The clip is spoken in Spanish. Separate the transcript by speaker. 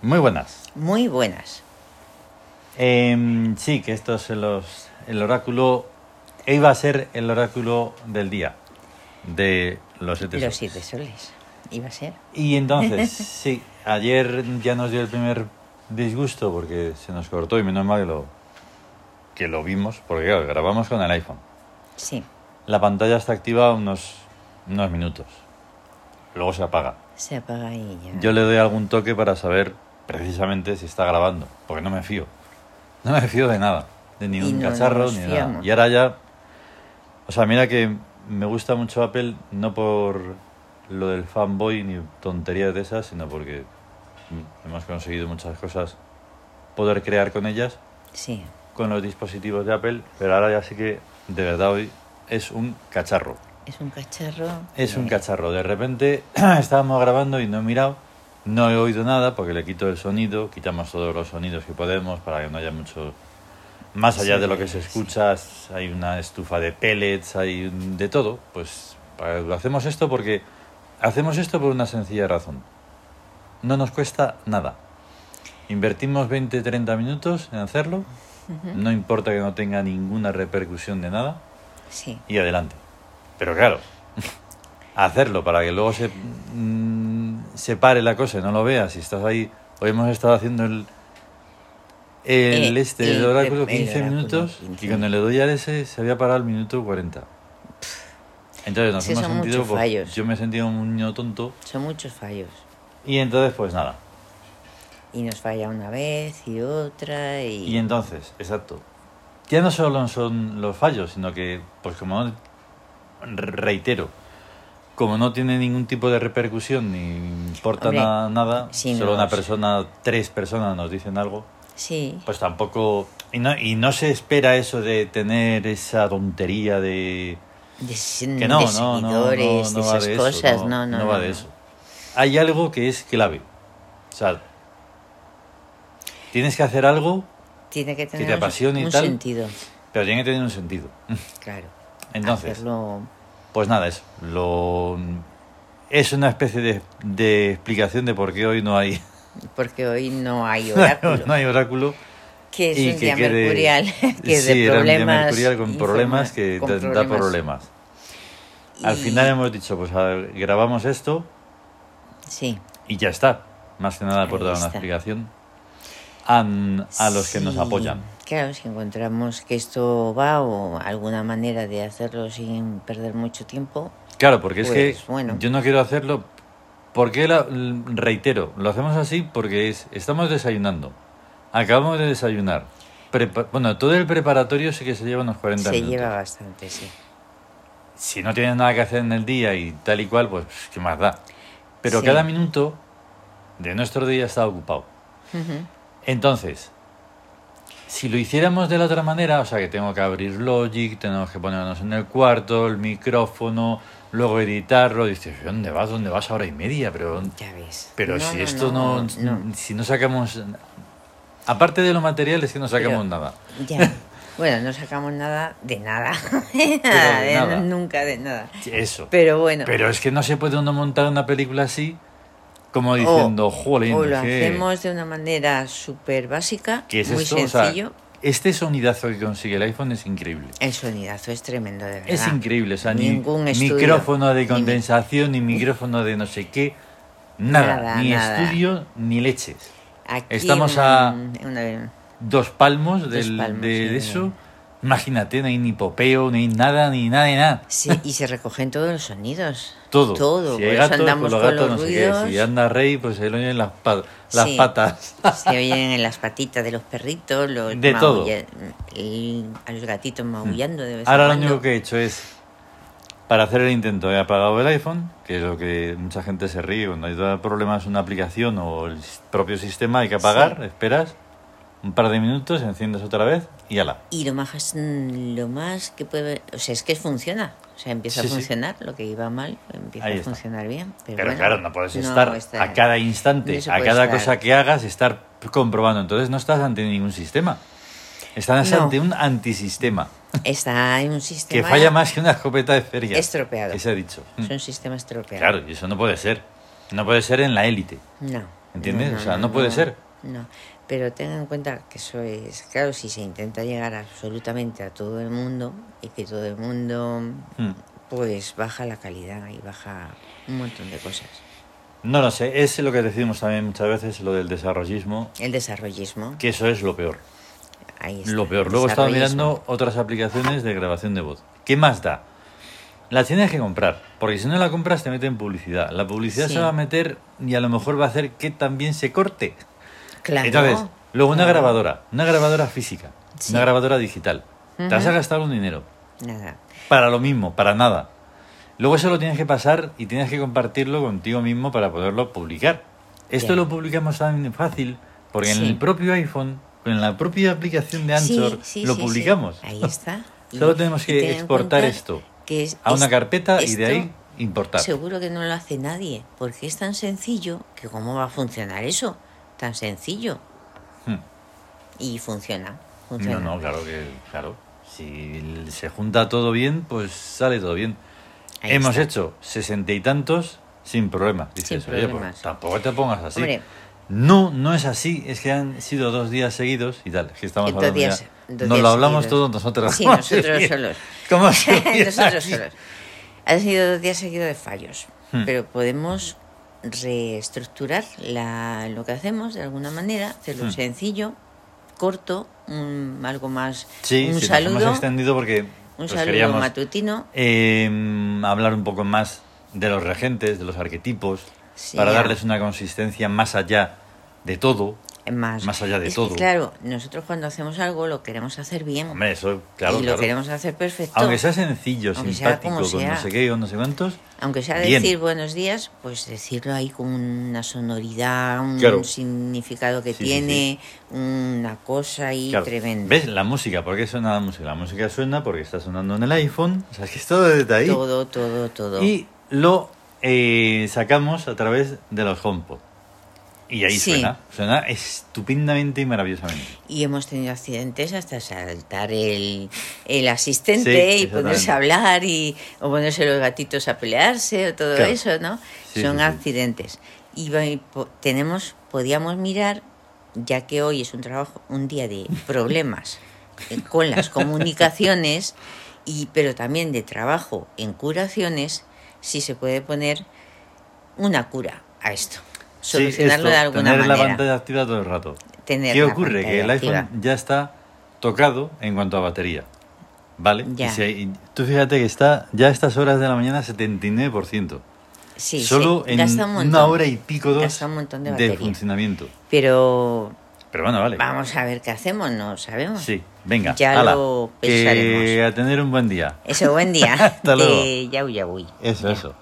Speaker 1: Muy buenas.
Speaker 2: Muy buenas.
Speaker 1: Em, sí, que esto es los, el oráculo. e iba a ser el oráculo del día de los siete soles.
Speaker 2: Los siete soles. Iba a ser.
Speaker 1: Y entonces, sí, ayer ya nos dio el primer disgusto porque se nos cortó y menos mal que lo, que lo vimos, porque claro, grabamos con el iPhone.
Speaker 2: Sí.
Speaker 1: La pantalla está activa unos, unos minutos, luego se apaga.
Speaker 2: Se apaga y ya.
Speaker 1: Yo le doy algún toque para saber precisamente si está grabando, porque no me fío. No me fío de nada, de
Speaker 2: Y
Speaker 1: ningún
Speaker 2: no
Speaker 1: cacharro
Speaker 2: nos
Speaker 1: ni de nada.
Speaker 2: fiamos.
Speaker 1: Y ahora ya. O sea, mira que me gusta mucho Apple, no por lo del fanboy ni tonterías de esas, sino porque mm, hemos conseguido muchas cosas poder crear con ellas,
Speaker 2: Sí.
Speaker 1: con los dispositivos de Apple, pero ahora ya sí que de verdad hoy es un cacharro.
Speaker 2: Es un cacharro.
Speaker 1: Es un
Speaker 2: Eh,
Speaker 1: cacharro. De repente estábamos grabando y no he mirado. No he oído nada porque le quito el sonido. Quitamos todos los sonidos que podemos para que no haya mucho. Más allá
Speaker 2: Sí,
Speaker 1: de lo que se escucha, hay una estufa de pellets, hay un- de todo. Pues para- lo hacemos esto porque. Hacemos esto por una sencilla razón. No nos cuesta nada. Invertimos 20, 30 minutos en hacerlo. No importa que no tenga ninguna repercusión de nada
Speaker 2: Sí.
Speaker 1: y adelante. Pero claro, hacerlo para que luego se mm, separe la cosa y no lo veas. Si estás ahí, hoy hemos estado haciendo el, el
Speaker 2: Eh,
Speaker 1: este
Speaker 2: el
Speaker 1: el oráculo
Speaker 2: prep- el
Speaker 1: 15
Speaker 2: oráculo
Speaker 1: minutos
Speaker 2: 15.
Speaker 1: y cuando le doy al ese se había parado al minuto 40. Entonces nos
Speaker 2: Sí,
Speaker 1: hemos
Speaker 2: son
Speaker 1: sentido,
Speaker 2: muchos
Speaker 1: pues,
Speaker 2: fallos.
Speaker 1: yo me he sentido un niño tonto
Speaker 2: Son muchos fallos.
Speaker 1: y entonces pues nada.
Speaker 2: Y nos falla una vez y otra y.
Speaker 1: Y entonces, exacto. Ya no solo son los fallos, sino que, pues como no- reitero, como no tiene ningún tipo de repercusión ni importa
Speaker 2: Hombre,
Speaker 1: na- nada,
Speaker 2: sí,
Speaker 1: solo
Speaker 2: no,
Speaker 1: una
Speaker 2: sí.
Speaker 1: persona, tres personas nos dicen algo,
Speaker 2: Sí.
Speaker 1: pues tampoco... Y no, y no se espera eso de tener esa tontería de...
Speaker 2: De, sen-
Speaker 1: Que no,
Speaker 2: Mm, de
Speaker 1: no, no,
Speaker 2: seguidores,
Speaker 1: no, no
Speaker 2: de
Speaker 1: va
Speaker 2: esas
Speaker 1: de eso,
Speaker 2: cosas.
Speaker 1: no,
Speaker 2: no, no.
Speaker 1: no va de eso. Hay algo que es clave. O sea, tienes que hacer algo,
Speaker 2: Tiene que tener
Speaker 1: te apasione y
Speaker 2: un
Speaker 1: tal.
Speaker 2: sentido.
Speaker 1: pero tiene que tener un sentido.
Speaker 2: Claro.
Speaker 1: Entonces,
Speaker 2: Hacerlo.
Speaker 1: Pues nada, eso. Lo... Es una especie de, de explicación de por qué hoy no hay,
Speaker 2: Porque hoy no hay oráculo.
Speaker 1: no hay oráculo.
Speaker 2: Que es
Speaker 1: y
Speaker 2: un
Speaker 1: que
Speaker 2: día
Speaker 1: quede-
Speaker 2: mercurial. Que es
Speaker 1: sí,
Speaker 2: de
Speaker 1: era un
Speaker 2: problemas.
Speaker 1: día mercurial con
Speaker 2: informa-
Speaker 1: problemas que
Speaker 2: con
Speaker 1: da- da problemas. Al
Speaker 2: Y-
Speaker 1: final hemos dicho, pues a ver, grabamos esto em-
Speaker 2: Sí.
Speaker 1: y ya está. Más que nada por
Speaker 2: Ahí
Speaker 1: dar una
Speaker 2: está.
Speaker 1: explicación a, a los que nos
Speaker 2: Sí,
Speaker 1: apoyan.
Speaker 2: Claro, si encontramos que esto va o alguna manera de hacerlo sin perder mucho tiempo,
Speaker 1: Claro, porque es
Speaker 2: Pues,
Speaker 1: que
Speaker 2: bueno.
Speaker 1: yo no quiero hacerlo. Porque la- l- reitero, lo hacemos así porque es estamos desayunando. Acabamos de desayunar. Prepa- bueno, todo el preparatorio sí que se lleva unos 40
Speaker 2: se
Speaker 1: minutos.
Speaker 2: lleva bastante, sí.
Speaker 1: Si no tienes nada que hacer en el día y tal y cual, pues qué más da. Pero
Speaker 2: Sí.
Speaker 1: cada minuto de nuestro día está ocupado.
Speaker 2: Ujú.
Speaker 1: Entonces, si lo hiciéramos de la otra manera, o sea que tengo que abrir Logic, tenemos que ponernos en el cuarto, el micrófono, luego editarlo, y dices, ¿dónde vas? ¿Dónde vas a hora y media? Pero,
Speaker 2: Ya ves.
Speaker 1: pero
Speaker 2: No,
Speaker 1: si
Speaker 2: no,
Speaker 1: esto no, si no sacamos... Aparte de lo material es que no sacamos
Speaker 2: Pero-
Speaker 1: nada.
Speaker 2: Ya. Bueno, no sacamos nada de nada.
Speaker 1: Pero de
Speaker 2: De
Speaker 1: nada.
Speaker 2: Nunca de nada.
Speaker 1: Eso. Pero,
Speaker 2: Pero bueno.
Speaker 1: es que no se puede uno montar una película así como
Speaker 2: o-
Speaker 1: diciendo,
Speaker 2: o,
Speaker 1: jolín,
Speaker 2: lo
Speaker 1: es que-
Speaker 2: hacemos de una manera súper básica,
Speaker 1: ¿qué es
Speaker 2: muy
Speaker 1: esto? O sea,
Speaker 2: sencillo.
Speaker 1: este sonidazo que consigue el iPhone es increíble.
Speaker 2: el sonidazo es tremendo, de verdad.
Speaker 1: Es increíble, o sea, ni
Speaker 2: Ah, Ningún estudio.
Speaker 1: micrófono de
Speaker 2: Ni-
Speaker 1: condensación, ni micrófono de no sé qué, nada,
Speaker 2: Nada,
Speaker 1: ni
Speaker 2: nada.
Speaker 1: estudio, ni leches.
Speaker 2: Aquí
Speaker 1: Estamos
Speaker 2: en-
Speaker 1: a-
Speaker 2: en una-
Speaker 1: Dos palmos, del-
Speaker 2: palmos,
Speaker 1: de,
Speaker 2: sí.
Speaker 1: de eso, imagínate, no hay ni popeo, ni nada, ni nada, ni nada.
Speaker 2: Sí, y se recogen todos los sonidos.
Speaker 1: Todo.
Speaker 2: Todo.
Speaker 1: Si
Speaker 2: por
Speaker 1: hay
Speaker 2: eso
Speaker 1: gatos,
Speaker 2: andamos
Speaker 1: pues los
Speaker 2: con
Speaker 1: gatos
Speaker 2: los
Speaker 1: no sé
Speaker 2: ruidos.
Speaker 1: qué. Si anda rey, pues se le oyen las, pa- las
Speaker 2: Sí.
Speaker 1: patas.
Speaker 2: Se oyen en las patitas de los perritos. Los
Speaker 1: De todo. Mm.
Speaker 2: maulla- el- a los gatitos maullando de vez en
Speaker 1: Ahora lo
Speaker 2: cuando.
Speaker 1: único que he hecho es, para hacer el intento, he apagado el iPhone, que es lo que mucha gente se ríe. Cuando hay problemas en una aplicación o el s- propio sistema, hay que apagar,
Speaker 2: Sí.
Speaker 1: esperas un par de minutos, enciendes otra vez y ala.
Speaker 2: Y lo más, lo más que puede. O sea, es que funciona. O sea, empieza
Speaker 1: Sí,
Speaker 2: a
Speaker 1: sí.
Speaker 2: funcionar. Lo que iba mal empieza
Speaker 1: Ahí
Speaker 2: a
Speaker 1: está.
Speaker 2: funcionar bien. Pero,
Speaker 1: Pero
Speaker 2: bueno,
Speaker 1: claro, no puedes
Speaker 2: no
Speaker 1: estar
Speaker 2: está-
Speaker 1: a cada instante,
Speaker 2: no se
Speaker 1: a
Speaker 2: puede
Speaker 1: cada
Speaker 2: estar.
Speaker 1: cosa que hagas, estar comprobando. Entonces no estás ante ningún sistema. Estás
Speaker 2: No.
Speaker 1: ante un antisistema
Speaker 2: Está en un
Speaker 1: que
Speaker 2: sistema.
Speaker 1: falla más que una escopeta de feria.
Speaker 2: Estropeado.
Speaker 1: Que se ha dicho. Mm.
Speaker 2: Es un sistema estropeado.
Speaker 1: Claro, y eso no puede ser. No puede ser en la élite.
Speaker 2: No.
Speaker 1: ¿Entiendes? o sea, no, puede ser.
Speaker 2: No, pero tengan en cuenta que eso es, claro, si se intenta llegar absolutamente a todo el mundo y que todo el mundo,
Speaker 1: Mm.
Speaker 2: pues baja la calidad y baja un montón de cosas.
Speaker 1: No lo sé, es lo que decimos también muchas veces, lo del desarrollismo,
Speaker 2: El desarrollismo,
Speaker 1: que eso es lo peor.
Speaker 2: ahí está.
Speaker 1: Lo peor. Luego estaba
Speaker 2: Este, desarrollismo.
Speaker 1: mirando otras aplicaciones de grabación de voz. ¿Qué más da? La tienes que comprar, porque si no la compras te mete en publicidad. La publicidad
Speaker 2: Sí.
Speaker 1: se va a meter y a lo mejor va a hacer que también se corte.
Speaker 2: Claro.
Speaker 1: Entonces, luego una
Speaker 2: Claro.
Speaker 1: grabadora, una grabadora física,
Speaker 2: Sí.
Speaker 1: una grabadora digital. Te vas a
Speaker 2: Ujú.
Speaker 1: gastar un dinero
Speaker 2: Nada.
Speaker 1: para lo mismo, para nada. Luego eso lo tienes que pasar y tienes que compartirlo contigo mismo para poderlo publicar. Esto
Speaker 2: Ya.
Speaker 1: lo publicamos tan fácil porque en
Speaker 2: Sí.
Speaker 1: el propio iPhone, en la propia aplicación de
Speaker 2: Sí,
Speaker 1: Anchor,
Speaker 2: sí,
Speaker 1: lo
Speaker 2: sí, sí.
Speaker 1: publicamos.
Speaker 2: Ahí está.
Speaker 1: Solo tenemos que
Speaker 2: ten en
Speaker 1: exportar
Speaker 2: cuenta
Speaker 1: esto
Speaker 2: que es-
Speaker 1: A una
Speaker 2: es-
Speaker 1: carpeta y de
Speaker 2: esto
Speaker 1: ahí importar.
Speaker 2: Seguro que no lo hace nadie, porque es tan sencillo que cómo va a funcionar eso. Tan sencillo.
Speaker 1: Hmm.
Speaker 2: Y funciona. funciona.
Speaker 1: No, no, claro que, claro. Si se junta todo bien, pues sale todo bien.
Speaker 2: Ahí
Speaker 1: Hemos
Speaker 2: está.
Speaker 1: hecho sesenta y tantos sin problemas. Dices,
Speaker 2: Sin
Speaker 1: oye,
Speaker 2: problemas.
Speaker 1: pues tampoco te pongas así.
Speaker 2: Hombre.
Speaker 1: No, no es así. Es que han sido dos días seguidos y tal. Que estamos
Speaker 2: Dos
Speaker 1: hablando ya-
Speaker 2: días-
Speaker 1: Nos
Speaker 2: dos
Speaker 1: lo
Speaker 2: días
Speaker 1: hablamos
Speaker 2: seguidos.
Speaker 1: todos nosotros.
Speaker 2: Sí,
Speaker 1: Como
Speaker 2: nosotros
Speaker 1: si-
Speaker 2: solos.
Speaker 1: como si hubiera
Speaker 2: Nosotros
Speaker 1: aquí-
Speaker 2: solos. Han sido dos días seguidos de fallos,
Speaker 1: Hmm.
Speaker 2: pero podemos reestructurar la, lo que hacemos de alguna manera, hacerlo
Speaker 1: Hmm.
Speaker 2: sencillo, corto, un, algo más.
Speaker 1: Sí, sí,
Speaker 2: un
Speaker 1: nos hemos
Speaker 2: saludo, un
Speaker 1: extendido porque pues,
Speaker 2: saludo
Speaker 1: queríamos
Speaker 2: matutino.
Speaker 1: eh, hablar un poco más de los regentes, de los arquetipos,
Speaker 2: Sí,
Speaker 1: para
Speaker 2: ya.
Speaker 1: darles una consistencia más allá de todo.
Speaker 2: Más,
Speaker 1: más allá de
Speaker 2: Es que,
Speaker 1: todo.
Speaker 2: claro, nosotros cuando hacemos algo lo queremos hacer bien
Speaker 1: Hombre, eso, claro,
Speaker 2: y lo
Speaker 1: claro.
Speaker 2: queremos hacer perfecto.
Speaker 1: Aunque sea sencillo,
Speaker 2: Aunque sea
Speaker 1: simpático,
Speaker 2: como
Speaker 1: con no
Speaker 2: sea.
Speaker 1: sé qué, con no sé cuántos.
Speaker 2: Aunque sea
Speaker 1: Bien.
Speaker 2: decir buenos días, pues decirlo ahí con una sonoridad, un
Speaker 1: Claro.
Speaker 2: significado que
Speaker 1: Sí, sí,
Speaker 2: tiene, una cosa ahí
Speaker 1: Claro.
Speaker 2: tremenda.
Speaker 1: ¿Ves? La música, ¿por qué suena la música? La música suena porque está sonando en el iPhone, o sea, es que es todo desde ahí.
Speaker 2: Todo, todo, todo.
Speaker 1: Y lo eh, sacamos a través de los HomePod. Y ahí
Speaker 2: Sí.
Speaker 1: suena, suena estupendamente y maravillosamente.
Speaker 2: Y hemos tenido accidentes hasta saltar el, el asistente
Speaker 1: Sí,
Speaker 2: y ponerse
Speaker 1: exactamente.
Speaker 2: a hablar y, o ponerse los gatitos a pelearse o todo
Speaker 1: Claro.
Speaker 2: eso, ¿no?
Speaker 1: Sí, sí,
Speaker 2: Son
Speaker 1: sí.
Speaker 2: accidentes. Y va- y po- tenemos, podíamos mirar, ya que hoy es un trabajo, un día de problemas eh, con las comunicaciones, y, pero también de trabajo en curaciones, si se puede poner una cura a esto.
Speaker 1: Sí, esto,
Speaker 2: Solucionarlo de alguna
Speaker 1: tener
Speaker 2: manera.
Speaker 1: la pantalla activa todo el rato.
Speaker 2: Tener
Speaker 1: ¿Qué
Speaker 2: la
Speaker 1: ocurre? Que el
Speaker 2: pantalla
Speaker 1: iPhone
Speaker 2: activa.
Speaker 1: ya está tocado en cuanto a batería. ¿Vale? Y
Speaker 2: Ya.
Speaker 1: si hay- tú fíjate que está ya a estas horas de la mañana 79%.
Speaker 2: Sí, sí,
Speaker 1: Solo en
Speaker 2: gasta un
Speaker 1: una
Speaker 2: montón.
Speaker 1: hora y pico dos
Speaker 2: Gasta un montón de
Speaker 1: de
Speaker 2: batería.
Speaker 1: funcionamiento.
Speaker 2: Pero
Speaker 1: Pero bueno, vale.
Speaker 2: vamos a ver qué hacemos, no sabemos.
Speaker 1: Sí, venga.
Speaker 2: Ya
Speaker 1: ala,
Speaker 2: lo
Speaker 1: que
Speaker 2: pensaremos.
Speaker 1: a tener un buen día.
Speaker 2: Eso, buen día.
Speaker 1: Hasta luego.
Speaker 2: Eh, yau, yau.
Speaker 1: Eso, eso.